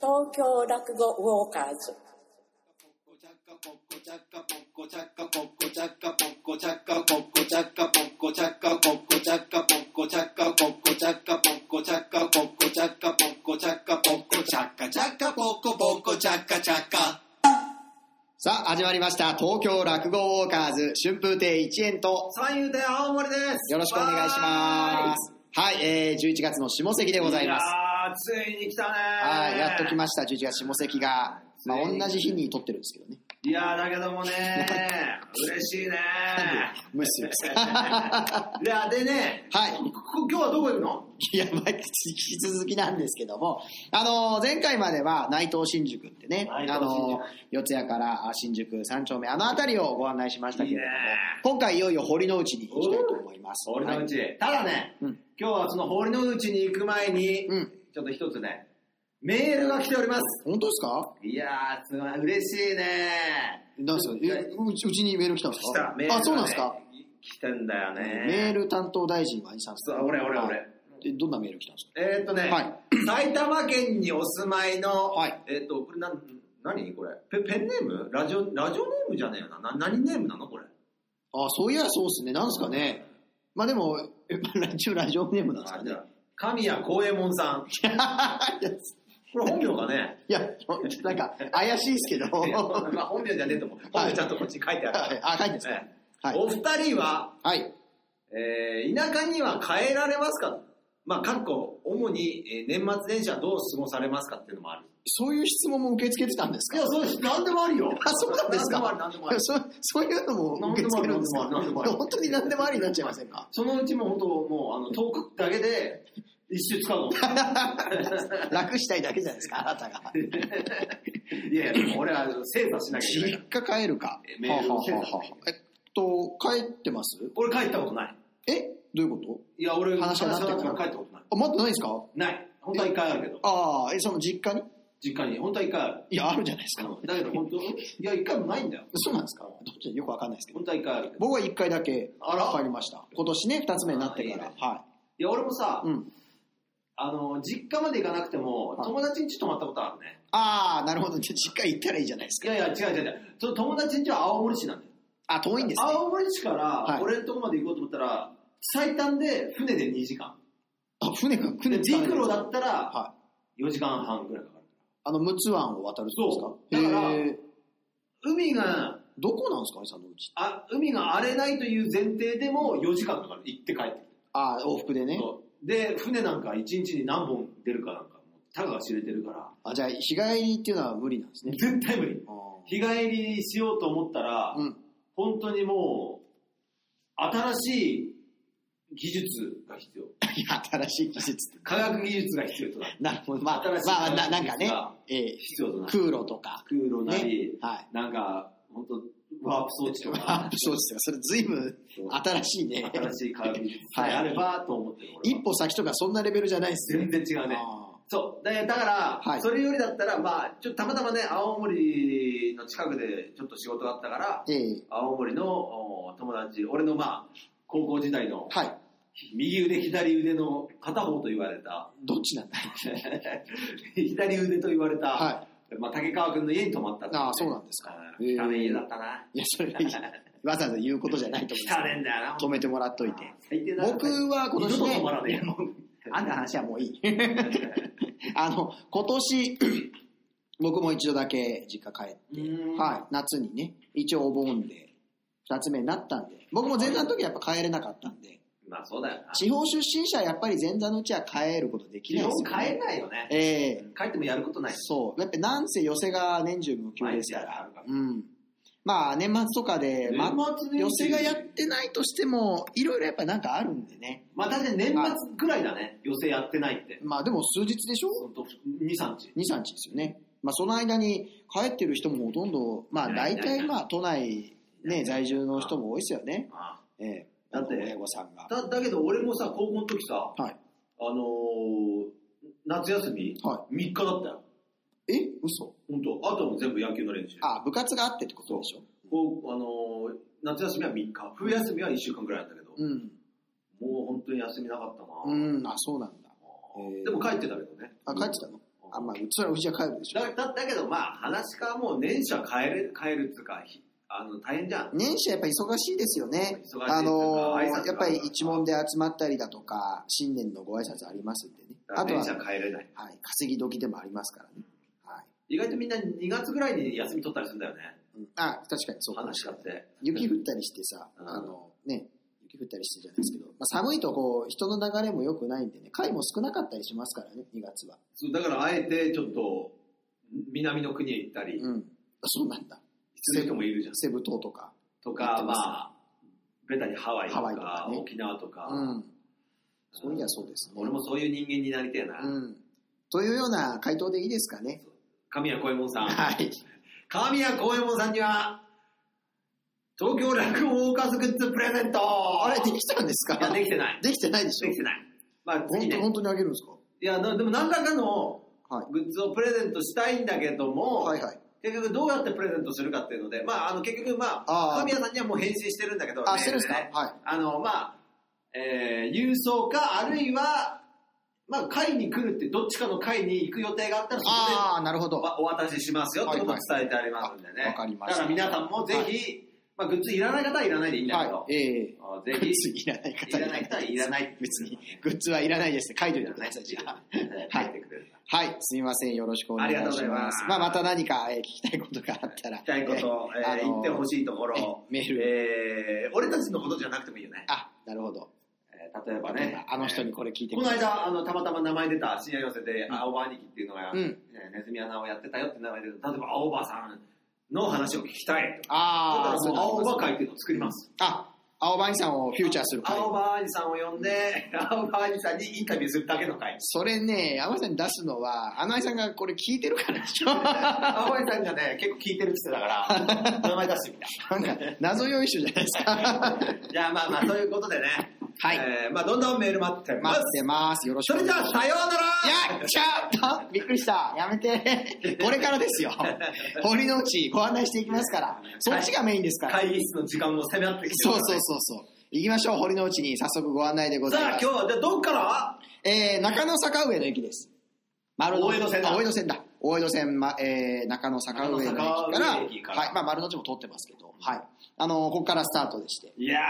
東京落語ウォーカーズさあ、始まりました。東京落語ウォーカーズ春風亭一円と、三遊亭青森ですよろしくお願いします。はい、えー、11月の下関でございます。すいやーついに来たねーはい、やっと来ました、11月下関が。まあ、ついに同じ日に撮ってるんですけどね。いやーだけど もねー嬉しいね無視です。 ーいやでねはい。こ今日はどこ行くのいや、まあ、引き続きなんですけども、あのー前回までは内藤新宿ってね、あ内藤新の宿ー四谷からあ新宿三丁目、あの辺りをご案内しましたけれどもいいね、今回いよいよ堀之内に行きたいと思います。堀之内、ただね、うん今日はその堀之内に行く前に、うんちょっと一つねメールが来ております本当ですかいやーすごい嬉しいねなんですかいやえうちうちにメール来たんです来かたメールが、ね、あ、そうなんですか、来てんだよねメール担当大臣は兄さんですそうか俺俺俺、えどんなメール来たんですかえーっとね、はい埼玉県にお住まいの、はいえーっと、これなん、何これペペンネームラジオ、ラジオネームじゃねえよな。な何ネームなのこれ。あ、そういやそうですね。なんですかね。まあでも、え ラジオ、ラジオネームなんですかあねじゃ。あ神谷幸右衛門さん。 いやこれ本名が ね。いや、なんか、怪しいですけど。いやまあ本名じゃねえと思う。本名ちゃんとこっちに書いてあはるい。 あ、書いてんですかええはいお二人は、はい。えー田舎には帰られますかまあ、かっこ、主に、えー年末年始はどう過ごされますかっていうのもある。そういう質問も受け付けてたんですかそうです。何でもあるよあ、そうなんですか何でもある、何でもある。そそういうのも受け付けるんですかなんでもあるなんでもある本当に何でもありになっちゃいませんかそのうちも本当もう、あの、トークだけで、一周使う の。楽したいだけじゃないですか、あなたが。いやいや、でも俺は精査しなきゃいけない実から。家帰るか。メールをしてたはあはあはあえっと、帰ってます俺帰ったことない。えどういうこいや、俺、話話ははななってっからたから帰ったことない。とあ、待ってないですかない。本当は一回あるけど。ああ、え、その実家に実家に。本当は一回ある。いや、あるじゃないですか。だけど本当、いや、一回もないんだよ。そうなんですかどっちよくわかんないですけど。本当は一回あるけど。僕は1回だけあら帰りました。今年ね、2つ目になってから。あいいねはいや、俺もさい。う、ん。あの、実家まで行かなくても、はい友達ん家泊まったことあるね。ああ、なるほど。じゃあ実家行ったらいいじゃないですいか。やいや、違う違う違う。その友達ん家は青森市なんだよ。あ、遠いんですね。青森市かはら、い俺のとこまで行こうと思ったら、最短で船で2時間。あ、船が、船で、ジ使クうロんですだったら、はい。 4時間半ぐらいかかる。あの、陸奥湾を渡るそうですかそうだからへー海が、どこなんですか、兄さんのうち。あ海が荒れないという前提でも4時間かかる。行って帰ってくああ、往復でるね。そうで、船なんか1日に何本出るかなんか、もうたかが知れてるから、あ、じゃあ、日帰りっていうのは無理なんですね。絶対無理。あ日帰りしようと思ったら、ーうん。本当にもう、新しい技術が必要。いや、新しい技術って。科学技術が必要となる。なるほど。まあ、新しいまあ、ななんかねが、えー必要となる。空路とか、空路なり、はい。 なんか、本当ワープ装置とあか、そうですよ。それずいぶん新しいね。新しい科学技術さえあればと思ってる。俺は一歩先とかそんなレベルじゃないですね全。然違うね。あそう。だだから、はいそれよりだったら、まあ、ちょっとたまたまね、青森の近くでちょっと仕事があったから、ーええ青森のお友達、俺のまあ、高校時代の、はい。右腕、左腕の片方と言われた、どっちなんだ左腕と言われた、はまあ、竹川君の家に泊まったああそうなんですかかへえ汚ね家だったな。い。いや、そ れ、わざわざ言うことじゃないと思い汚ねえんだよなま。す。止めてもらっといて。最低だな。僕は今二年度とね泊まらねえよ。あんたの話はもういい。 あの、今年、僕も一度だけ実家帰って、うんはい、夏にね、一応お盆で、二つ目になったんで、僕も前座の時はやっぱ帰れなかったんで、まあ、そうだよな。地方出身者はやっぱり前座のうちは帰ることでき基ない本ですよ、帰んないよね。ええ帰ってもやることないし。そう。やっぱなんせ寄せが年中無休ですから。毎日あるからうん。まあ年末とかで、まあ年末年寄始せがやってないとしても、いろいろやっぱなんかあるんでね。まあ、だって年末ぐらいだね。予定やってないって。まあでも数日でしょほんと、2、3日。 ?2、3日ですよね。まあその間に帰ってる人もほとんど、まあいな大いい体ないまあ都内ね、在住の人も多いですよね。あええ。だってあの親御さんがあ。だだけど、俺もさ、高校の時さ、はい。あのー夏休み、は三3日だったよ。え嘘本当あとはもう全部野球の練習。あ、部活があってってことでしょこうあのー夏休みは3日、冬休みは1週間ぐらいだったけど、うん。もう本当に休みなかったな。うん、あ、そうなんだ。ええでも帰ってたけどね。あ、帰ってたのうんあんまうちはうちは帰るでしょ。だだだけどまあ話かもう年始は変える変えるっていうかひあの大変じゃん年始はやっぱ忙しいですよね。忙しいあの挨拶があるやっぱり一問で集まったりだとか、新年のご挨拶ありますんでね。だかあらとは、年は始は変えれないい、稼ぎ時でもありますからね。はい。意外とみんな2月ぐらいに休み取ったりするんだよねうんあ、確かにそうかも話しし合れなっい。て雪降ったりしてさ、うんあの、ね、雪降ったりしてじゃないですけど、まあ、寒いとこう、人の流れも良くないんでね、回も少なかったりしますからね、2月は。そうだからあえてちょっと南の国へ行ったりうん。そうなんだ。する人もいるじゃんセブ島とか。とやっかてまますねあベタにハワイとハワイとかかね沖縄とか、うん。そういやそうですね。俺もそういう人間になりてえな、うん。というような回答でいいですかね。神谷幸右衛 門さんはい。神谷幸右衛門さんには東京落語オーカスグッズプレゼントあれ、できたんですかいやできてないできてないでしょできてないまあ本次当ね本当にあげるんですかいやなでも何らかのはい。グッズをプレゼントしたいんだけども、はいはい。結局どうやってプレゼントするかっていうので、まあ、あの結局、まああ、ー神谷さんにはもう返信してるんだけど、あ、メールしてるんですかねはい。あの、まあ、えー郵送か、あるいは、まあ、会に来るって、どっちかの会に行く予定があったら、そこでああ、なるほど。おお渡ししますよってことを伝えてありますんでね。はいはいあわかりましただから皆さんもぜひ、まあ、グッズいらない方はいらないでいいんだけどは、い。ええあグぜッひ、ズいらない方いらない人はいらないって別に、グッズはいらないです。書いといてください、じゃあ。はい、書いてくれる。はい、すみません。よろしくお願いしありがまとうす。ございますまあ、また何か、えー聞きたいことがあったら。聞きたいこと、えあのー言ってほしいとこえろ、メール。えー俺たちのことじゃなくてもいいよね。あ、なるほど。えー例えばね。あの人にこれ聞いてこのい。間、あの、たまたま名前出た深夜寄せで、ん青葉兄貴っていうのが、うんねネズミ穴をやってたよって名前で、例えば青葉さんの話を聞きたいと。ああ、だからもう青葉会っい。ていうのを作ります。あ、青葉兄さんをフューチャーする会。青葉兄さんを呼んで、青葉兄さんにインタビューするだけの会。それね、青葉さんに出すのは、あの兄さんがこれ聞いてるからで しょ。青葉兄さんがね、結構聞いてるって言ってたから、名前出してみなた。んか、謎用意集じゃないです か。じゃあまあまあ、そういうことでね。はいえーまあ、どんどんメール待ってま待っす。てます。よろしくそおれ願いじしゃあ、ます。さようならいや、ちょっとびっくりした。やめ て。これからですよ。堀之内ご案内していきますから。そっちがメインですから。会議室の時間も迫ってきてそるうからねそうそうそう。行きましょう。堀之内に早速ご案内でございさあ、ま今す日。は、じゃあどっからえー、中野坂上の駅です。丸大江戸線だあ大江戸線だ。大江戸線、ま、えー、中野坂上の駅か中野坂ら、上駅からはい。まあ、丸の内も通ってますけど、はい。あの、ここからスタートでして。いやー、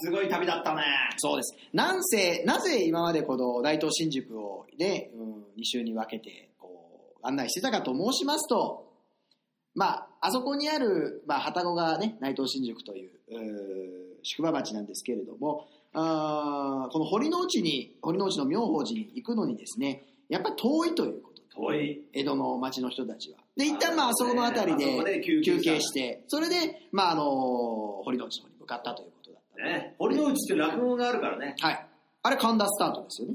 すごい旅だったね。そうです。なんせ、なぜ今までこの大東新宿をね、うん、2週に分けて、こう、案内してたかと申しますと、まあ、あそこにある、まあ、旅籠がね、内藤新宿という、うー宿場町なんですけれども、あーこの堀之内に、堀之内の妙法寺に行くのにですね、やっぱり遠いということ。遠い。江戸の町の人たちは。で、一あー旦まあ、そこの辺りあそこでで休休憩した憩して、それで、まあ、あの堀之内の方に向かったということだったんでね。堀之内って落語があるからね。はい。あれ神田スタートですよね。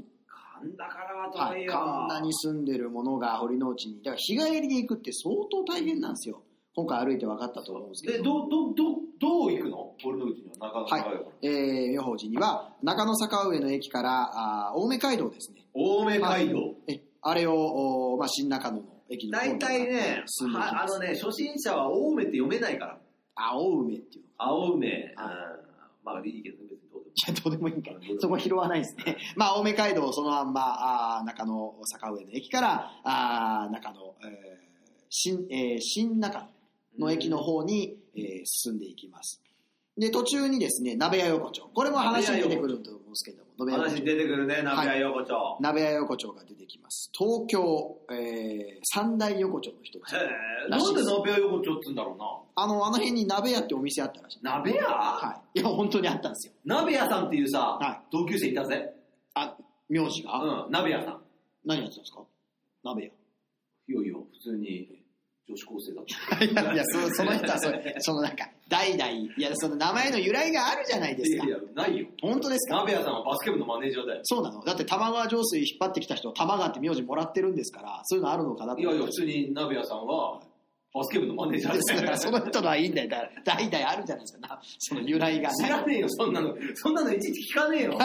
神田からはは遠いい。よ。神田に住んでるものが堀之内に。だから日帰りで行くって相当大変なんですよ。今回歩いて分かったと思うんですけで、ど。ど、ど、ど、どう行くの堀之内には中野はい坂上から。。えー、妙法寺には中野坂上の駅から、あー青梅街道ですね。青梅街道。え、あれを、おーまあ、新中野の駅の方大に体ね、進んでいきはまあすのね、初心者は青梅って読めないから。青梅っていうの。青梅。うんまあ、いいけど、別にどうでも。いや、どうでもいいんかい。そこ拾わないですね。 まあ、青梅街道をそのまんま、あー中野坂上の駅から、あー中野、えー新、えー新中野の駅の方に、えー進んでいきます。で、途中にですね、鍋屋横丁。これも話に出てくると思うんですけども、鍋屋 話横に丁出てくるね、鍋屋横丁。鍋屋横丁が出てきます。東京、えー三大横丁の一つへ。え、なんで鍋屋横丁って言うんだろうあの、あの辺に鍋屋ってお店あったらしい。な。鍋屋はい。いや、本当にあったんですよ。鍋屋さんっていうさは、同級生いたぜ。あ、名字が、うん、鍋屋さん。何やってたんですか鍋屋。いやいや、普通に女子高生だった。いやいやそその人はそれそのなんか代々いやその名前の由来があるじゃないでいすかやいや、ないよ。本当ですか鍋屋さんはバスケ部のマネージャーだよ。そうなのだって玉川上水引っ張ってきた人玉川って名字もらってるんですからそういうのあるのかなといやいや、普通に鍋屋さんはバスケ部のマネージャーですだかよら。その人のはいいんだよだから代々あるじゃないですかなその由来が知らねえよ、そんなの。そんなのいちいち聞かねえよ。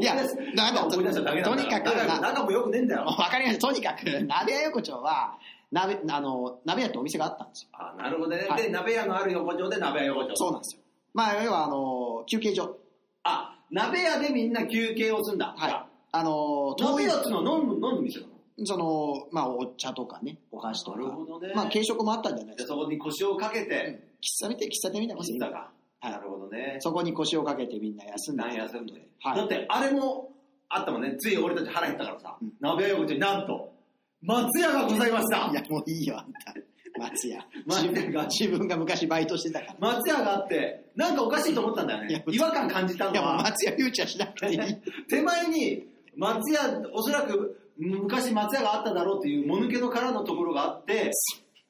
いやななんんかか思い出しただけなんだとにかく仲仲も良くねえんだよ。わかりましたとにかく鍋屋横丁は鍋あの鍋屋ってお店があったんですよあ、なるほどね。はいで、鍋屋のある横丁で鍋屋横丁。そうなんですよまあ要はあの休憩所あ、鍋屋でみんな休憩をするんだ。はいあの鍋屋っていうのは飲む、飲む店なのその、まあ、お茶とかね、お菓子とかなる、ほどね。まあ、軽食もあったんじゃないでじゃあすそか。こに腰をかけうんて、喫茶店、喫茶店みたいなこと切でったか。はいなるほどね。そこに腰をかけてみんな休んで。何休んで。はいだって、あれもあったもんね。つい俺たち腹減ったからさうん、鍋屋横丁になんと、松屋がございましたいや、もういいよ、あんた。松屋。松自屋分が、自分が昔バイトしてたから。松屋があって、なんかおかしいと思ったんだよいやね。違和感感じたいのや、もうは、松屋フューチャーしなく ていい。手前に松屋、おそらく昔松屋があっただろうっていうもぬけの殻のところがあって、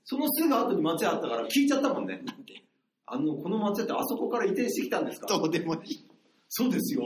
そのすぐ後に松屋あったから聞いちゃったもんね。なんて、あの、この松屋ってあそこから移転してきたんですかどうでもいい。そうですよ。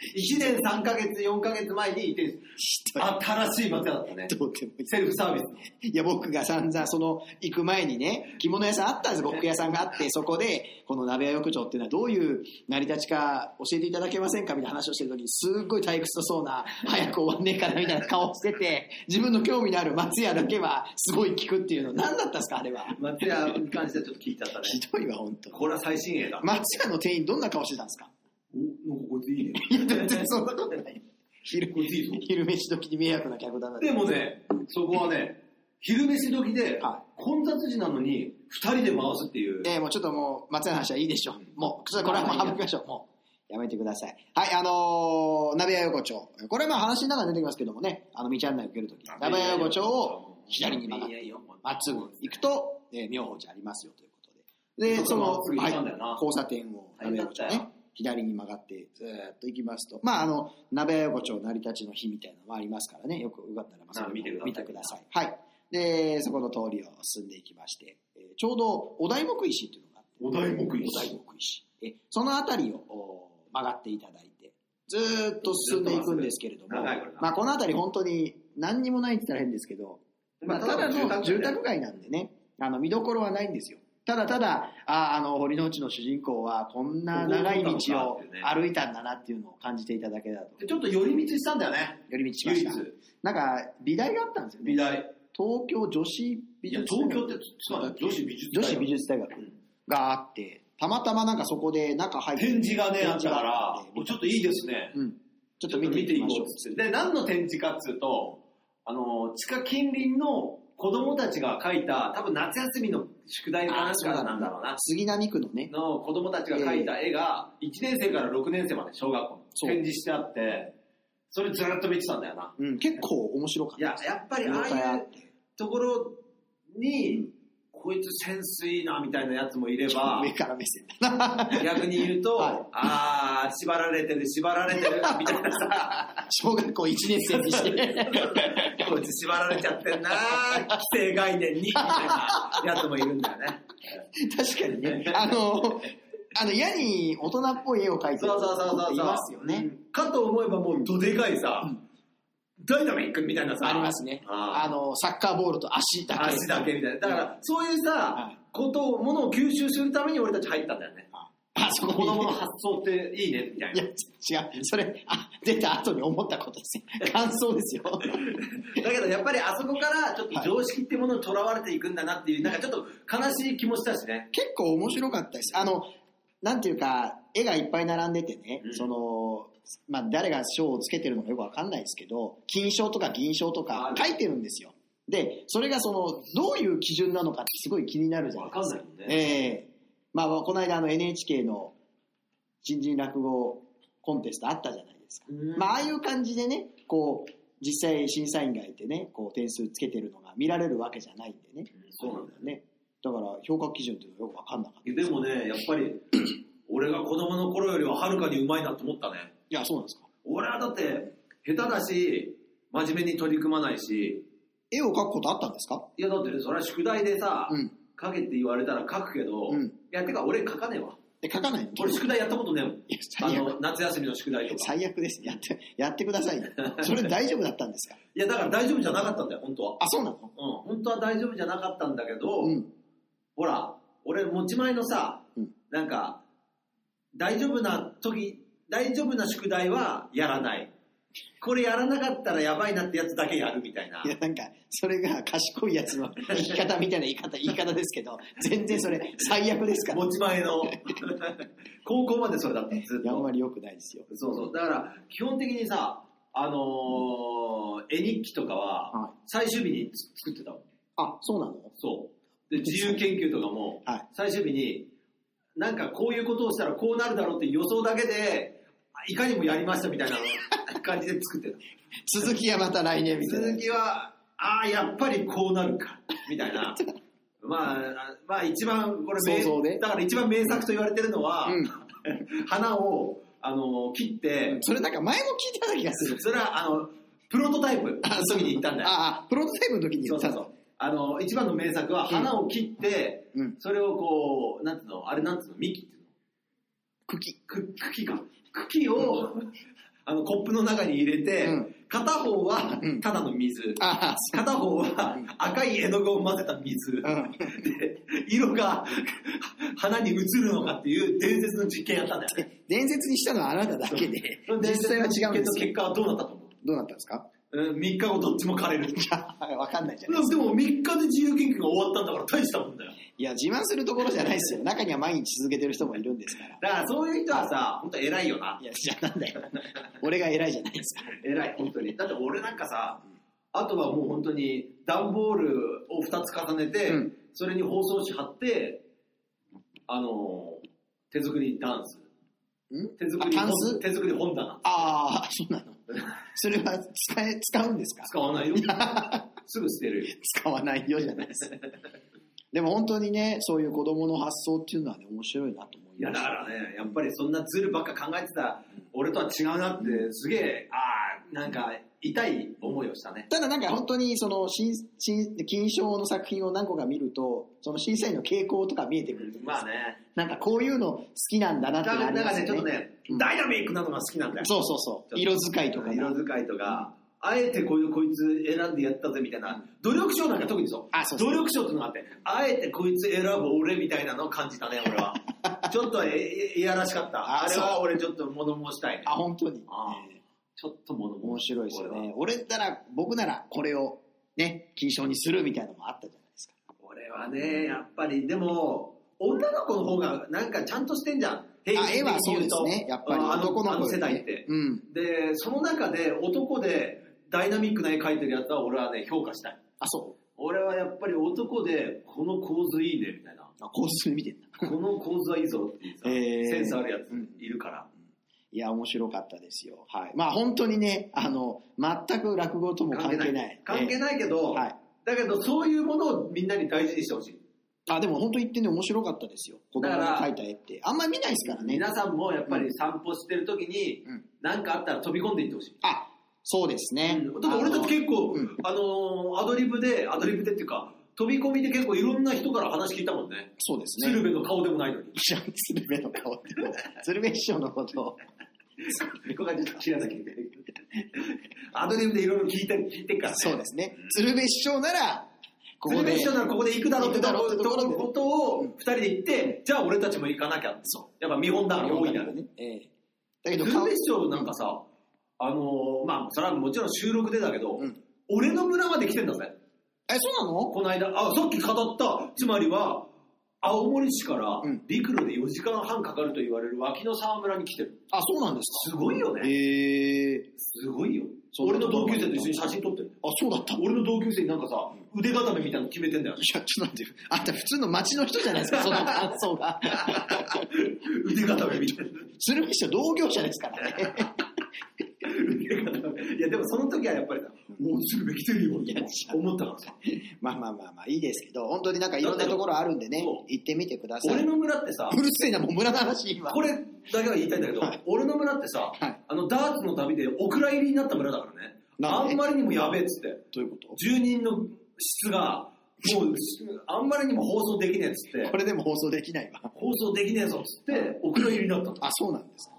1年3ヶ月、4ヶ月前に移転、ひど新しい松屋だったねい。。どうでもいい。セルフサービスの。いや、僕が散々その、行く前にね、着物屋さんあったんです呉服屋さんがあって、そこで、この鍋屋浴場っていうのはどういう成り立ちか教えていただけませんかみたいな話をしてる時に、すっごい退屈そう な、早く終わんねえかなみたいな顔をしてて、自分の興味のある松屋だけは、すごい聞くっていうの、何だったんですかあれは。松屋に関してはちょっと聞いちゃったね。ひどいわ、本当これは最新鋭だ。松屋の店員どんな顔してたんですかお、なんかこいついいね。 いや、全然そんなことない。昼こいついいぞ。 昼飯時に迷惑な客だなでもね、そこはね、昼飯時では、混雑時なのに、二人で回すっていう。えーもうちょっともう、松屋の話はいいでしょう。もう、ちょっとこれはもう省きましょう。もう、やめてください。はい、あのー、鍋屋横丁。これはまあ話の中で出てきますけどもね、あの、道案内を受けるとき、鍋屋横丁を左に曲がって、まっすぐ行くと、えー、妙法寺ありますよということで。で、そその、のまっすぐ行はっいたんだよな交差点を、大変鍋屋横だ丁ったよね、左に曲がって、ずーっと行きますと、まあ、あの、鍋屋横丁成り立ちの日みたいなのもありますからね、よくよかったら、まあそれもあ見てください見てください。はい。で、そこの通りを進んでいきまして、えーちょうど、お題目石っていうのがあって、お題目お題目石。えそのあたりをお曲がっていただいて、ずーっと進んでいくんですけれども、長いこれなまあ、このあたり本当に何にもないって言ったら変ですけど、まあ、ただの住宅街なんでね、あの見どころはないんですよ。ただただ、ああの、堀之内の主人公は、こんな長い道を歩いたんだなっていうのを感じていただけだと。でちょっと寄り道したんだよね。寄り道しま唯し一た。。なんか、美大があったんですよね美。大。東京女子美いや、術東大京っ学て、つまり女子美術女大子美学術大学があって、たまたまなんかそこで中入って。展示がね、あ展ったから、示があもっうてちょっといいですね。うん。ちょっと見ていきましょう。う。で、何の展示かっつうと、あの、地下近隣の子供たちが書いた、多分夏休みの宿題かなんかなんだろうな。杉並区のね、の子供たちが描いた絵が、1年生から6年生まで小学校のそう展示してあって、それずらっと見てたんだよな。うん、結構面白かっいや、やっぱた。りあ見応えああいっうてところうにん、こいつセンスいいなみたいなやつもいれば上、から目線だな。逆に言うと、はいあー、縛られてる、縛られてる、みたいなさ、小学校1年生に して。こいつ縛られちゃってんな、規定概念に、みたいなやつもいるんだよね。確かにね。あの、あの、矢に大人っぽい絵を描いてるそうそうそうそうそう。いますよね。うん。かと思えばもうどでかいさ、ダイナミックみたいなさ。ありますね。ああーの、サッカーボールと足だけ。足だけみたいな。だかうんら、そういうはさい、ことを、ものを吸収するために俺たち入ったんだよね。ああそ子こ供 の発想っていいね、みたいいや、な。違う。それ、あ、出た後に思ったことですよ。感想ですよ。だけどやっぱりあそこからちょっと常識ってものにとらわれていくんだなっていう、なんかちょっと悲しい気もしたしね。結構面白かったです。あの、なんていうか、絵がいっぱい並んでてね、うんその、まあ、誰が賞をつけてるのかよくわかんないですけど、金賞とか銀賞とかある書いてるんですよ。で、それがその、どういう基準なのかってすごい気になるじゃないわですかんないもんね。ええまあ、この間あの NHK の新人落語コンテストあったじゃないですか。うんまあ、ああいう感じでね、こう、実際審査員がいてね、こう点数つけてるのが見られるわけじゃないんでね。うんそうなんだよね。ね。だから評価基準っていうのはよくわかんなかった。いでもね、やっぱり、俺が子供の頃よりははるかにうまいなと思ったね。や、そうなんですか。俺はだって、下手だし、真面目に取り組まないし、絵を描くことあったんですかいやだってそれは宿題でさ、うん。書けって言われたら書くけど、うんいや、てか俺書かねえわ。で、描かないの俺宿題やったことねえもん。いやあ最悪。の、夏休みの宿題とか。最悪です。やって、やってくだ さいよ。それ大丈夫だったんですかいや、だから大丈夫じゃなかったんだよ、本当は。あ、そうなのうん、本当は大丈夫じゃなかったんだけど、うん。ほら、俺持ち前のさ、うんなんか、大丈夫な時、大丈夫な宿題はやらない。これやらなかったらやばいなってやつだけやるみたいな。いや、なんか、それが賢いや つの言い方みたいな言い方、言い方ですけど、全然それ最悪ですから。持ち前の高校までそれだったずっいやあんまとり良くないですよ。そうそうだから基本的にさあのー絵日記とかは、はい。最終日につ作ってたもん。あ、 そうなのそう。で、自由研究とかも、はい最終日に、なんかこういうことをしたらこうなるだろうって予想だけで、いかにもやりましたみたいな 感じで作ってた。続きはまた来年みたい続な。きは、ああ、やっぱりこうなるか、みた いな。まあ、あまあ一番、これ名想像でだから一番名作と言われてるのは、うん。花を、あの、切って、それなんか前も聞いたような気がする。それは、あの、プロトタイプの時に言ったんだよ。ああ、プロトタイプの時にそ言っうそたうの。そう。あの、一番の名作は、花を切って、うん。それをこう、なんていうの、あれなんていうの、幹っていうの茎。く茎か。茎を、あの、コップの中に入れて、うん片方はうんただの水、ああ、片方はうん赤い絵の具を混ぜたう水、ん。で、色が花に映るのかっていう伝説の実験やったんだよね。 伝説にしたのはあなただけで、実際は違うんでその伝説の実験のすよ結果はどうなったと思うどうなったんですかうん ?3 日後どっちも枯れる。でわかんないじゃん。も3日で自由研究が終わったんだから大したもんだよ。いや、自慢するところじゃないですよ。中には毎日続けてる人もいるんですから。だからそういう人はさ、本当偉いよな。いや、じゃあなんだよ。俺が偉いじゃないですか。偉い、本当に。だって俺なんかさ、あとはもう本当に段ボールを2つ重ねて、うんそれに包装紙貼って、あのー手作りダンス。ん手作りあタン本ス手作り本棚。ああ、そうなの。それは使え、使うんですか使わないよ。すぐ捨てるよ。使わないよじゃないです。でも本当にね、そういう子供の発想っていうのはね、面白いなと思いいやまだしかた。らね、やっぱりそんなズルばっか考えてた俺とは違うなって、すげえ、ああ、なんか痛い思いをしたね。ただなんか本当にその新、新、金賞の作品を何個か見ると、その審査員の傾向とか見えてくると思いまあすね。なんかこういうの好きなんだなっだてなからりだまからすね、ちょっよとね。ね、ダイナミックなのが好きなんだよ。そうそうそう。色使いとかね。色使いとか、あえてこういうこいつ選んでやったぜみたいな、努力賞なんか特にそう。あそうそう努力賞っていうのがあって、あえてこいつ選ぶ俺みたいなのを感じたね、俺は。ちょっとええいやらしかった。ああれそうは俺ちょっと物申したいね。あ、本当に。あーちょっと物申面白いですよ俺はね。俺なら、僕ならこれをね、金賞にするみたいなのもあったじゃないですか。俺はね、やっぱり、でも、女の子の方がなんかちゃんとしてんじゃん。平あ、絵均的はにそう言ですとね。やっぱりあの男のあ子よの世りね代って。うん。で、その中で男でダイナミックな絵描いてるやつは俺はね、評価したい。あ、そ俺はやっぱり男で、この構図いいね、みたいな。う。あ、こうする見てんだ。この構図はいいぞっていうさ、 えーセンスあるやついるから。いや、面白かったですよ。はい。まあ本当にね、あの、全く落語とも関係ない。関係い。ないけど、はい。だけどそういうものをみんなに大事にしてほしい。あ、でも本当言ってね、面白かったですよ。子供だからが描いた絵って。あんまり見ないですからね。皆さんもやっぱり散歩してる時にうん、何かあったら飛び込んでいってほしい。あ、そうですね。だって俺たち結構うん、あのーアドリブで、アドリブでっていうか、飛び込みで結構いろんな人から話聞いたもんね。そうですね。鶴瓶の顔でもないのに。知らん 鶴瓶の顔ってもう鶴瓶師匠のことをここがちょっと知らなきゃいけない。アドリブでいろいろ聞いて、聞いてっからね。そうですね鶴瓶師匠ならここ鶴で瓶師匠ならここで行くだろうってところ行くだろうってところのでことを二人で言って、じゃあ俺たちも行かなきゃ。そやっぱ見本だから多いな。ねええだけど鶴顔瓶師匠なんかさ、あのーまあ、それはもちろん収録でだけど、うん俺の村まで来てんだぜ。えそうなのこの間、あ、さっき語った、つまりは、青森市からうん陸路で4時間半かかると言われる脇の沢村に来てる。あそうなんですすごいよかね。へえすごいよ。そん俺なのところ同ま級で生と一緒に写真撮ってる。あそうだったい俺の同級生になんかさ、腕固めみたいなの決め てんだよ。やちょっと待ってあんた普通の町の人じゃないですかその感想が腕固めみたいな。鶴瓶師匠同業者ですからねいやでもその時はやっぱりさ、もうすぐ来てるよって思ったからさ。まあまあまあまあいいですけど本当になんかいろんなところあるんでねそう行ってみてくださ俺いの村ってさう、るせえなもう村の話今これだけは言いたいんだけどはい、俺の村ってさはい、あのダーツの旅でお蔵入りになった村だからね。なんあでんまりにもやべえっつって。どういうこと住人の質が、もう、あんまりにも放送できねえっつっこて、れでも放送できないわ放送できねえぞっつって、お蔵入りになったの。あ、そうなんですか。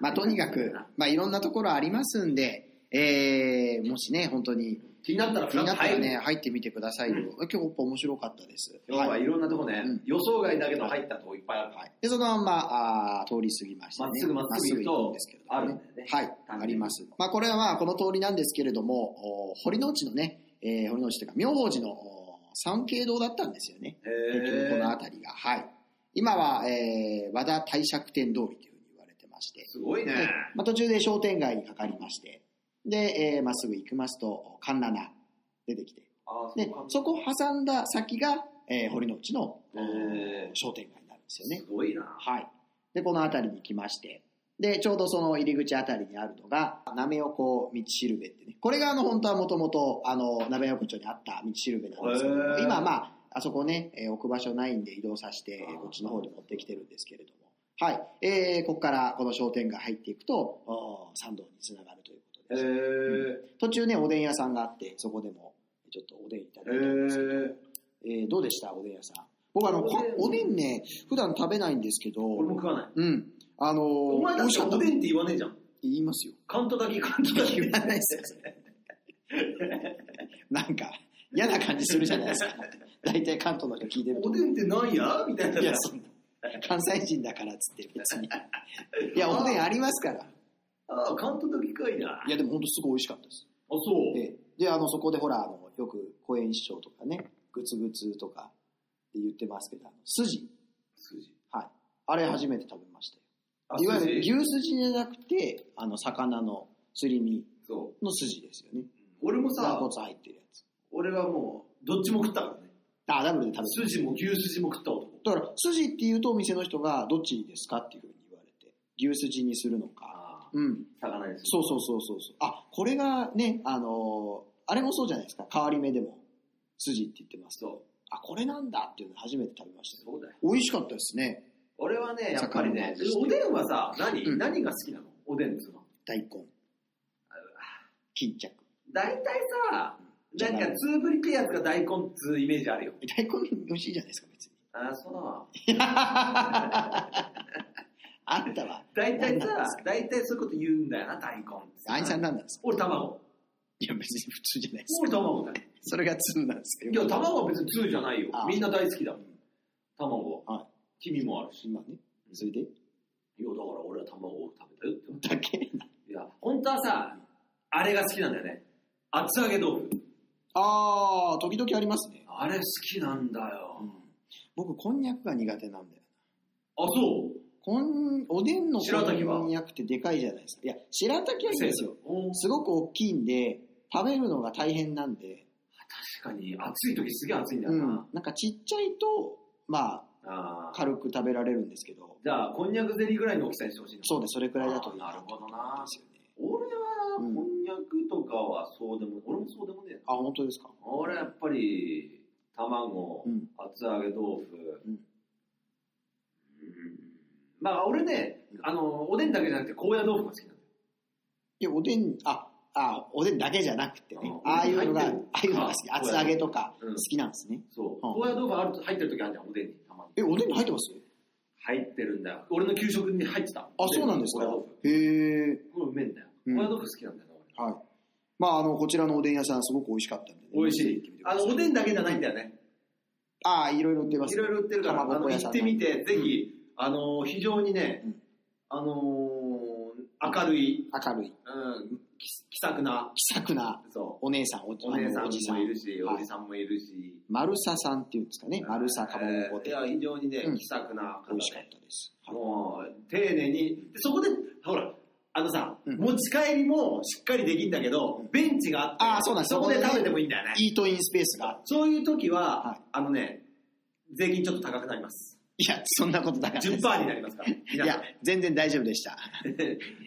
まあ、とにかく、まあ、いろんなところありますんで、えーもしね、本当に気になったら気フラにッなとったら入ね、る。入ってみてくださいよ。今日、やっぱ面白かったです。要はいろんなとこねうん、予想外だけど入ったとこいっぱいある。はい、で、そのまんま、あー通り過ぎまして、ねまっ、すぐまっすぐ行くとまっすぐ行くんですけど、あはるんだよねい、あります。まあ、これはまあ、この通りなんですけれども、お堀之内のね、えー堀之内というか、妙法寺のお三景堂だったんですよね。へ結ー局この辺りが、はい。今は、えー和田帝釈天通りというふうに言われてままして、すごいね。はいまあ、途中で商店街にかかりまして、で、えーまっすぐ行きますと、神奈川出てきて、あーで、そこを挟んだ先が、えー堀之内のへー商店街になるんですよねす。ごいな。はい。で、この辺りに来まして、で、ちょうどその入り口辺りにあるのが、なめ横道しるべってね、これがあの、本当はもともと、あの、なめ横丁にあった道しるべなんですけどへー、今はまあ、あそこね、えー置く場所ないんで移動させて、えーこっちの方に持ってきてるんですけれども、はい。えー、ここからこの商店街入っていくと、おー参道につながるということへです。え。途中ね、おでん屋さんがあって、そこでも、ちょっとおでんいただいたんですけど、え。えーどうでしたおでん屋さん。僕あの、こおでんね、普段食べないんですけど、俺も食わない。うん。あのー、お前だっておでんんって言わねえじゃん。言いますよ。カントだけカントだけ。言わないですよ、それ。 なんか、嫌な感じするじゃないですか。大体関東の人聞いてるとおでんってなんやみたいな。いや、そんな。関西人だからっつって別に。いや、おでんありますから。ああ、カントだけかいな。あ、いや、でも本当すごい美味しかったです。そう。で、であの、そこでほら、あの、よく、公演師匠とかね、グツグツとかって言ってますけど、あの筋。筋。はい。あれ初めて食べましたよ。あいわゆる筋牛筋じゃなくて、あの、魚のすり身そう。の筋ですよね。俺も軟さ骨、入ってるやつ。俺はもう、どっちも食ったからね。あ、ダブルで食べる。筋も牛筋も食った男。だから、筋って言うとお店の人がどっちですかっていうふうに言われて、牛筋にするのか。ああ、うん。魚です。そうそうそうそうそう。あ、これがね、あのーあれもそうじゃないですか。変わり目でも、筋って言ってますと。あ、これなんだっていうの初めて食べましたね。そうだよ。美味しかったですね。俺はね、やっぱりね、魚のおでんはさ、何、うん何が好きなのおでんっつうの。大根。巾着。大体さ、じゃなあんか、つぶりってやつが大根っつうイメージあるよ。大根美味しいじゃないですか、別に。ああ、そうなの。あんたは、大何体なんでさす、大体そういうこと言うんだよな、大根ってさ。あいさんなんなんですか俺卵。いや、別に普通じゃないです俺卵だよ。それが通なんですけいど。や、卵は別に通じゃないよあ。あみんな大好きだもん。卵は。はい黄身もあるし。い今ね、それでや、だから俺は卵を食べたよって思っだけて。いや、本当はさ、あれが好きなんだよね。厚揚げ豆腐。ああ、時々ありますね。あれ好きなんだよ。僕、こんにゃくが苦手なんだよ。あ、そうこん、おでんの白滝はこんにゃくってでかいじゃないですか。いや、白滝はいいですよ。おーすごく大きいんで、食べるのが大変なんで、確かに、暑い時すげえ暑いんだうよな。ん。なんかちっちゃいと、まああ、ー軽く食べられるんですけど、じゃあ、こんにゃくゼリーぐらいの大きさにしてほしいなそうです、それくらいだといいあーなるほどなと思うんですよね。俺は、こうんんにゃくとかはそうでも、俺もそうでもねえな。あ、本当ですか俺はやっぱり、卵、うん。厚揚げ豆腐、うんまあ俺ねうんあのおでんだけじゃなくて高野豆腐が好きなんだよいや、おでん、あ、あ、おでんだけじゃなくてね、あああいうのが、あ入ってるあいうのが好き。あ厚揚げとかうん好きなんですね。そううん高野豆腐ある入ってる時あるじゃんおでんにたまにえ、おでんに入ってます入ってるんだよ俺の給食に入ってたあ、そうなんですか高野豆腐へえ。これうめえんだよう高ん野豆腐好きなんだよなはい。まあ、あの、こちらのおでん屋さん、すごく美味しかったんで、ね。俺美味しぜひ行ってみいてくだあさいのおでんだけじゃないんだよねああ、いろいろ売ってます。いろいろ売ってるからあ卵の粉屋さ行んってみてぜひあの非常にねうんあのー明るい明るい、うん気気さくな気さくなそうお姉さん、おお姉さんあのおじさもいるん。しはいおじさんもいるしマルサさんっていうんですかね。マルサかまぼこい店。や、非常にねう、ん気さくな美方味しかっで。たです。はいもう、丁寧に。でそこで、ほら、あのさ、うん持ち帰りもしっかりできんだけど、ベンチがあって、あーそうなんですそこでそこでね食べてもいいんだよね。イートインスペースが。そういう時は、はいあのね、税金ちょっと高くなります。いや、そんなことなかった10%でにす。なりますから。いや、全然大丈夫で した。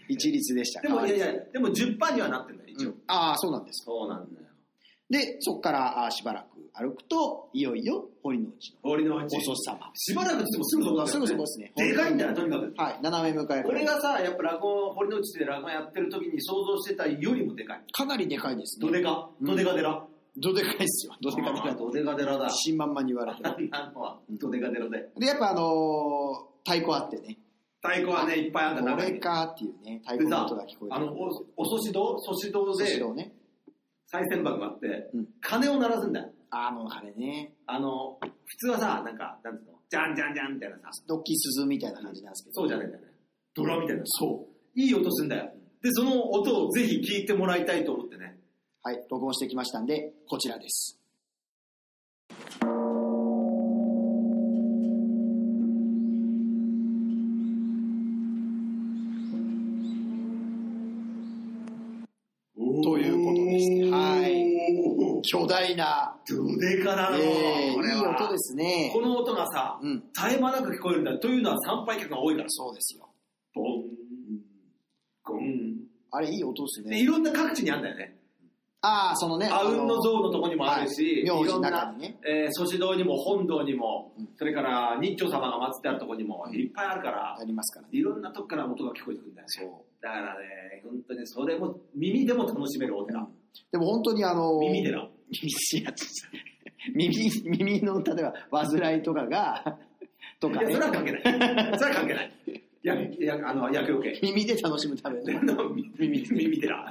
一律でした。でも、はいいやいや、でも10%にはなってんだよ、一応。うんああ、そうなんですか。そうなんだよ。で、そこからあーしばらく歩くと、いよいよ堀之内の俺のうおち。粗様。しばらくしてもすぐそこだ、すぐそこですねでかいんだよ、とにかく。はい、斜め向かいから俺がさ、やっぱ落語、堀之内で落語やってる時に想像してたよりもでかい。かなりでかいですね。どでかうんどでか寺どでかいですよ。どでかでかあーどでか寺だ自。信満々に言われてる。あんなのはどでか寺で。で、やっぱあのー太鼓あってね。太鼓はね、いっぱいあんだこ中れにかーっていうね、太で鼓のさ音が聞こ、えあての、お、おそし堂そし堂そしでろね。再銭箱があってうん、鐘を鳴らすんだよ。あの、あれね、あの、普通はさ、なんか、なんつうの、じゃんじゃんじゃんみたいなさ、ドッキー鈴みたいな感じなんですけど。そうじゃないんだよね。ドラみたいな。そう。いい音するんだよ。で、その音をぜひ聞いてもらいたいと思ってね。はい、録音してきましたんで、こちらです。巨大な、どでかなの、えーこれいいは音ですねこ。の音がさ、うん、絶え間なく聞こえるんだ。というのは参拝客が多いから。そうですよ。ボン、ゴン。あれ、いい音ですで、ね。いろんな各地にあるんだよね。ああ、そのね、あうんの像のとこにもあるし、はいい、名字ろのん中な、にね。えー、祖師堂にも本堂にも、うんそれから日朝様が祀ってあるとこにもいっぱいあるから、ありますからね。いろんなとこから音が聞こえてくるんだよね。そう。だからね、本当にそれも、耳でも楽しめるお寺。でも本当にあの、耳寺。耳やつ耳、耳の、例えば、煩いとか が、とかいや、ねそれ、は 関係ない。それは関係ない。や、や、あの、厄除け。耳で楽しむための。耳、 耳寺。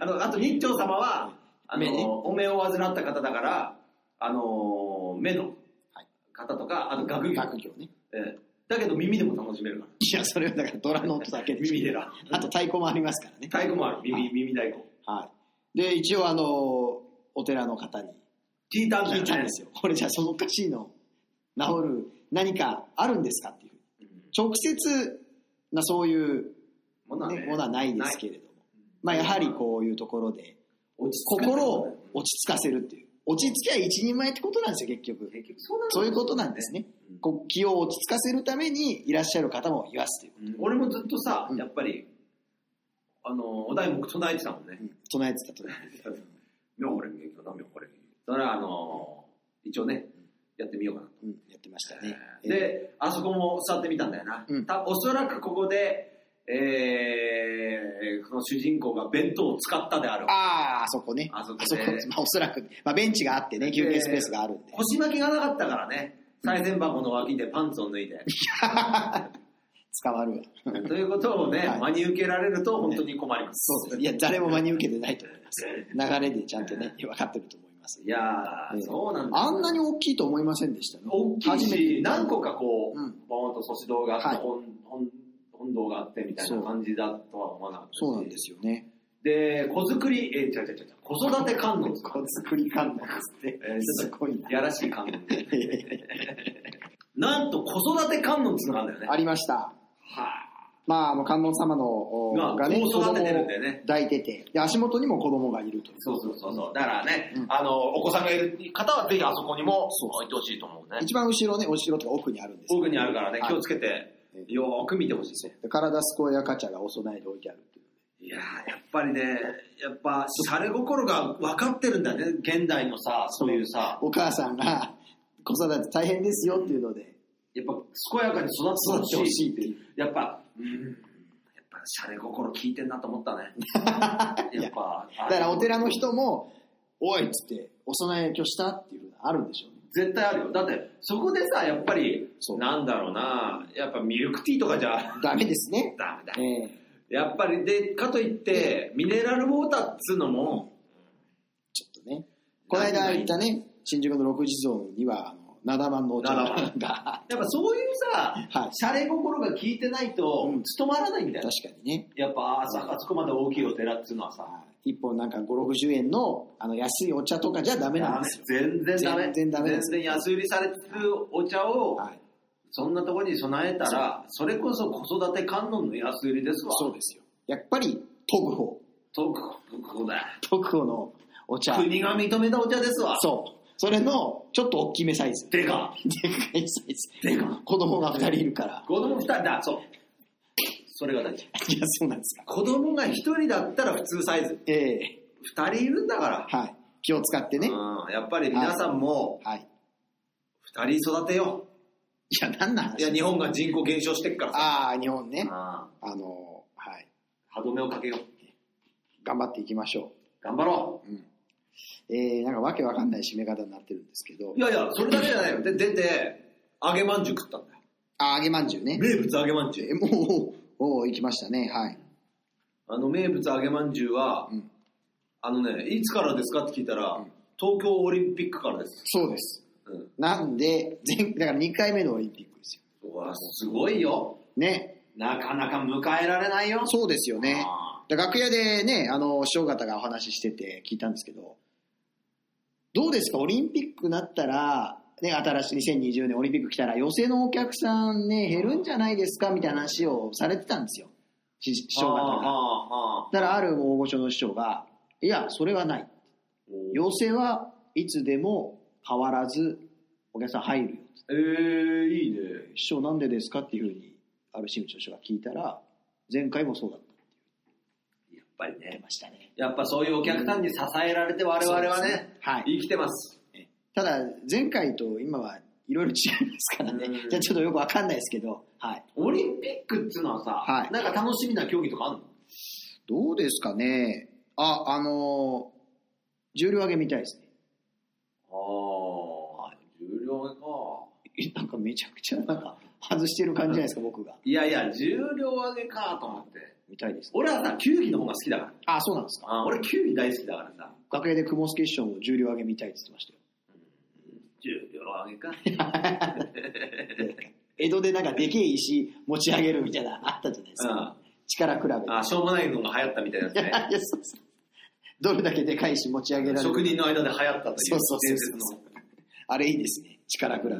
あの、あと、日朝様は、あの、目ねお目を患った方だから、あの、目のはい方とか、あと、学業。学業ね。ええだけど、耳でも楽しめるかいや、それはだからドラの音だけら。でしょ耳寺。あと太鼓もありますからね。太鼓もある。耳、耳太鼓。はい。で、一応あの、お寺の方に聞いたんだ聞よいたんねで。すよ。これじゃあそのおかしいの、治る何かあるんですかっていう。直接、なそういう、ものはね、ねものはないですけれども。まあやはりこういうところで、落ち着かない心を落ち着かせるっていう。落ち着きゃ一人前ってことなんですよ、結局。結局そうなのそういうことなんですね。うんこう気を落ち着かせるためにいらっしゃる方もいますという。うん俺もずっとさう、んやっぱり、あの、お題目唱えてたもんね。うん唱えてたとね。妙法蓮華経だ、妙法蓮華経。それは、あの、一応ね、やってみようかなと。うん、やってましたね。で、あそこも座ってみたんだよな。うんたおそらくここで、えー、この主人公が弁当を使ったである。ああ、あそこね。あそこねまあ、おそらく、まあ、ベンチがあってね、休憩スペースがあるんで。腰巻きがなかったからね、賽銭箱の脇でパンツを脱 いで。捕まるわ。ということをね、はい真に受けられると本当に困ります。そうですね。いや、誰も真に受けてないと思います。流れでちゃんとね、分かってると思いますい。やー、ねそうなんだ。あんなに大きいと思いませんでしたね。大きい初めてし、何個かこう、うんボーンと祖師堂があって、はい本本本堂があってみたいな感じだとは思わなかったしそうなんですよね。で、子作り、えー、違う違う違う、子育て観音。こ作り感動ってえー、すごいな。やらし い観音。なんと子育て観音っつうのがあるんだよね。ありました。はまあ、もう観音様のおががね、子子供を供を育ててるんだよね抱いてて、で足元にも子供がいるという。そうそうそうそう。だからね、うんあの、お子さんがいる方はぜひあそこにも置いてほしいと思うね。一番後ろね、お城とか奥にあるんですけど奥にあるからね、はい気をつけて、よーく見てほしいですね。で体健やかちゃがお供えで置いてあるっていう。いやーやっぱりね、やっぱ、洒落心が分かってるんだね、現代のさ、そういうさ、お母さんが子育て大変ですよっていうので、やっぱ、健やかに育育っっててほほししいいっってていいうう。やっぱ、うん、やっぱ、洒落心効いてんなと思っ たね。やっぱ、だからお寺の人も、おいっつって、お供え今日したっていうのがあるんでしょうね。絶対あるよ。だって、そこでさ、やっぱりそう、なんだろうな、やっぱミルクティーとかじゃ、 ダメですね。ダメだ。ええやっぱり、で、かといって、ミネラルウォーターっつうのも、ちょっとね。この間言ったね、新宿の六地蔵には、あの、七番のお茶が、七がやっぱそういうさ、 はい洒落心が効いてないとうん、務まらないんだよ確。かにね、やっぱ、あそあそこまで大きいお寺っていうのはさ、一本なんか5、60円の、あの、安いお茶とかじゃダメなんですよ。全然ダメ。全然ダメで全す然安売りされてるお茶を、はい。そんなところに備えたら、それこそ子育て観音の安売りですわ。そうですよ。やっぱり、特保。とここだ。特保のお茶。国が認めたお茶ですわ。そう。それの、ちょっと大きめサイズ。でか。でかいサイズ。でか。子供が2人いるから。子供二人だ、そう。それが大事。いや、そうなんですか。子供が一人だったら普通サイズ。ええ二人いるんだから。はい。気を使ってね。うん、やっぱり皆さんもはい。二人育てよいや、なんなんう。いや、日本が人口減少してっからさ。ああ、日本ね。うんあの、はい。歯止めをかけよう。頑張っていきましょ頑張ろう。う。えー、なんかわけわかんない締め方になってるんですけどい。やいや、それだけじゃないよ。で、出て、揚げまんじゅう食ったんだよ。あ、揚げまんじゅうね。名物揚げまんじゅう。え、もう、おお行きましたね。はい。あの、名物揚げまんじゅうは、うんあのね、いつからですかって聞いたら、うん東京オリンピックからです。そうです。うん。なんで、前、だから2回目のオリンピックですよ。うわ、すごいよ。ね。なかなか迎えられないよ。そうですよね。あだから楽屋でね、あの、師匠方がお話ししてて聞いたんですけど、どうですか、オリンピックなったら、ね、新しい2020年オリンピック来たら、寄席のお客さんね、減るんじゃないですかみたいな話をされてたんですよ。し師ー匠方あーが。あーあだからある大御所の師匠が、いや、それはない。要請はいつでも変わらずお客さん入るよ。えー、いいね。師匠なんでですかっていうふうに、ある新内の師匠が聞いたら、前回もそうだったってやっぱり言ってね。ましたね。やっぱそういうお客さんに支えられて我々はね、はい。生きてます。ただ、前回と今はいろいろ違いますからねう。んじゃあちょっとよくわかんないですけど、はい。オリンピックっていうのはさ、はいなんか楽しみな競技とかあるのどうですかね。あ、あのー重量上げみたいですね。ああ、重量上げか。えなんかめちゃくちゃなんか外してる感じじゃないですか、僕が。いやいや、重量上げかと思って。みたいです。俺はさ、球技の方が好きだから。あ、そうなんですか。あー俺、球技大好きだからさ。楽屋で雲助師匠も重量上げみたいって言ってましたよ。重量上げか。江戸でなんかでけえ石持ち上げるみたいなあったじゃないですか。力比べ。あーしょうもないのが流行ったみたいなやついや いね。やそうそうどれだけでかい石持ち上げられる職人の間で流行ったというそうそうそう伝説そうの。あれいいですね力比べ、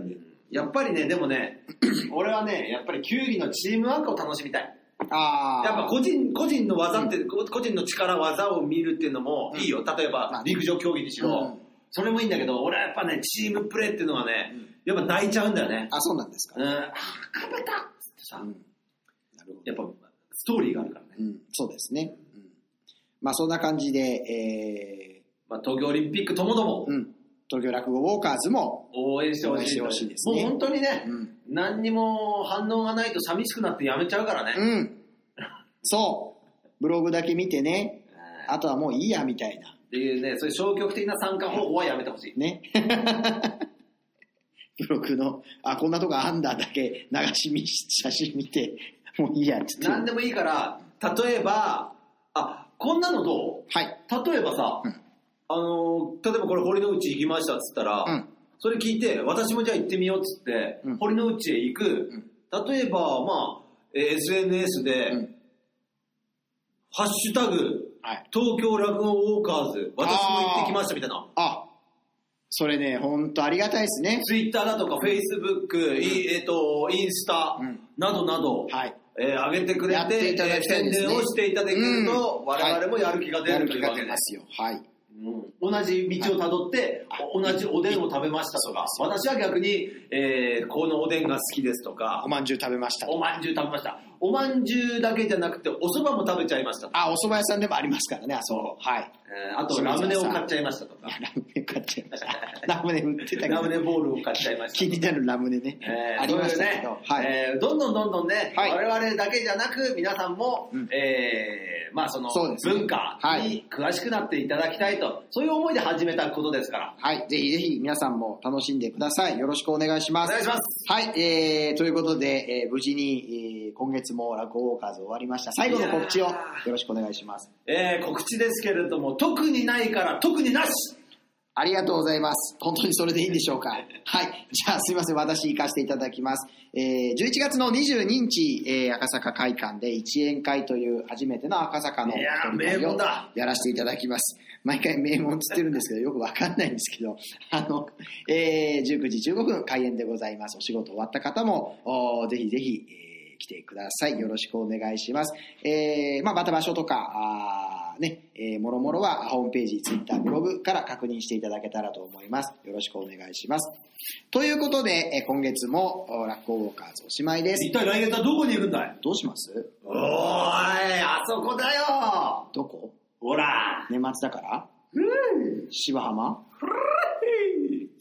やっぱりね、でもね、 俺はね、やっぱり球技のチームワークを楽しみたい。ああやっぱ個人、個人の技って、こ個人の力、技を見るっていうのもいいよ。例えまあば、陸上競技にしろ、うんそれもいいんだけど、俺はやっぱね、チームプレーっていうのはねうん、やっぱ泣いちゃうんだよね。あそうなんですかうん、あー、勝てたっつってさう、んなるほどやっぱ、ストーリーがあるからね。うんそうですね、うん、まあそんな感じでえまあ、東京オリンピックともどもー、うん東京落語ウォーカーズも応援してほしい。応援してほしいですねもう本当にね、うん、何にも反応がないと寂しくなってやめちゃうからね。うん、そうブログだけ見てねあっあとはもういいやみたいなていうね、そういう消極的な参加方法はやめてほしい。ね ブログのあこんなとこあんだだけ流し見し写真見てもういいやって言って何でもいいから、例えば、あ、こんなのどはい。う例えばさ、うんあの、例えばこれ堀之内行きましたっつったら、うん。それ聞いて、私もじゃあ行ってみようっつって、うん堀之内へ行く、例えば、まあ、えー SNS で、うんハッシュタグ、はい。東京落語ウォーカーズ、私も行ってきましたみたいな。あ、それね、ほんとありがたいですね。ツイッターだとか、フェイスブック、いえっ、と、インスタうんなどなど、はい。えー上げてくれ、やってていただきたい宣ですね伝をしていただけると、うん我々もやる気が出るというわけ出で。ますすよ。はい。うん同じ道をたどって、お同じおでんを食べましたとか、私は逆に、えーこのおでんが好きですとかお、まんじゅう食べました。おまんじゅう食べました。おまんじゅうだけじゃなくて、お蕎麦も食べちゃいましたとか。あ、お蕎麦屋さんでもありますからね、あそこ。はい。えーあと、ラムネを買っちゃいましたとかいや、ラムネ買っちゃいました。ラムネ売ってたけど。ラムネボールを買っちゃいました気になるラムネね。えーありましたけど。そういうねはい。えーどんどんどんどんね、はい我々だけじゃなく皆さんも、うんえーまあそのそうですね文化はいに詳しくなっていただきたいと、そういう思いで始めたことですから。はい。ぜひぜひ皆さんも楽しんでください。よろしくお願いしまおす願い。します。はい、えー、ということで、えー無事に、えー今月も落語ウォーカーズ終わりました。最後の告知をいよやーろしくお願いします。えー告知ですけれども、特にないから特になしありがとうございます。本当にそれでいいんでしょう か。はい。じゃあ、すいません。私、行かせていただきます。えー、11月の22日、えー赤坂会館で一円会という初めての赤坂のいやー一人会を名門だやらせていただきます。毎回名門つってるんですけど、よくわかんないんですけど、あの、えー、19時15分開演でございます。お仕事終わった方も、おーぜひぜひ、えー来てください。よろしくお願いします。えーまあ、また場所とか、あーね、えーもろもろはホームページ、ツイッター、ブログから確認していただけたらと思います。よろしくお願いします。ということで、えー今月も、おラッコウォーカーズおしまいです一。体来月はどこに行くんだいどうしますおーい、あそこだよどこほら年末だから芝浜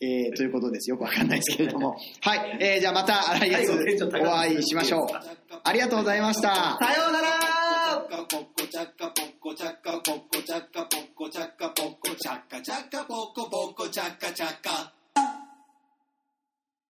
えーということです。よくわかんないですけれども。はい。えーじゃあまた来最月後テンション高いお会いしましょう。ありがとうございました。さようなら poco chacca poco chacca poco chacca poco chacca poco chacca chacca poco poco chacca chacca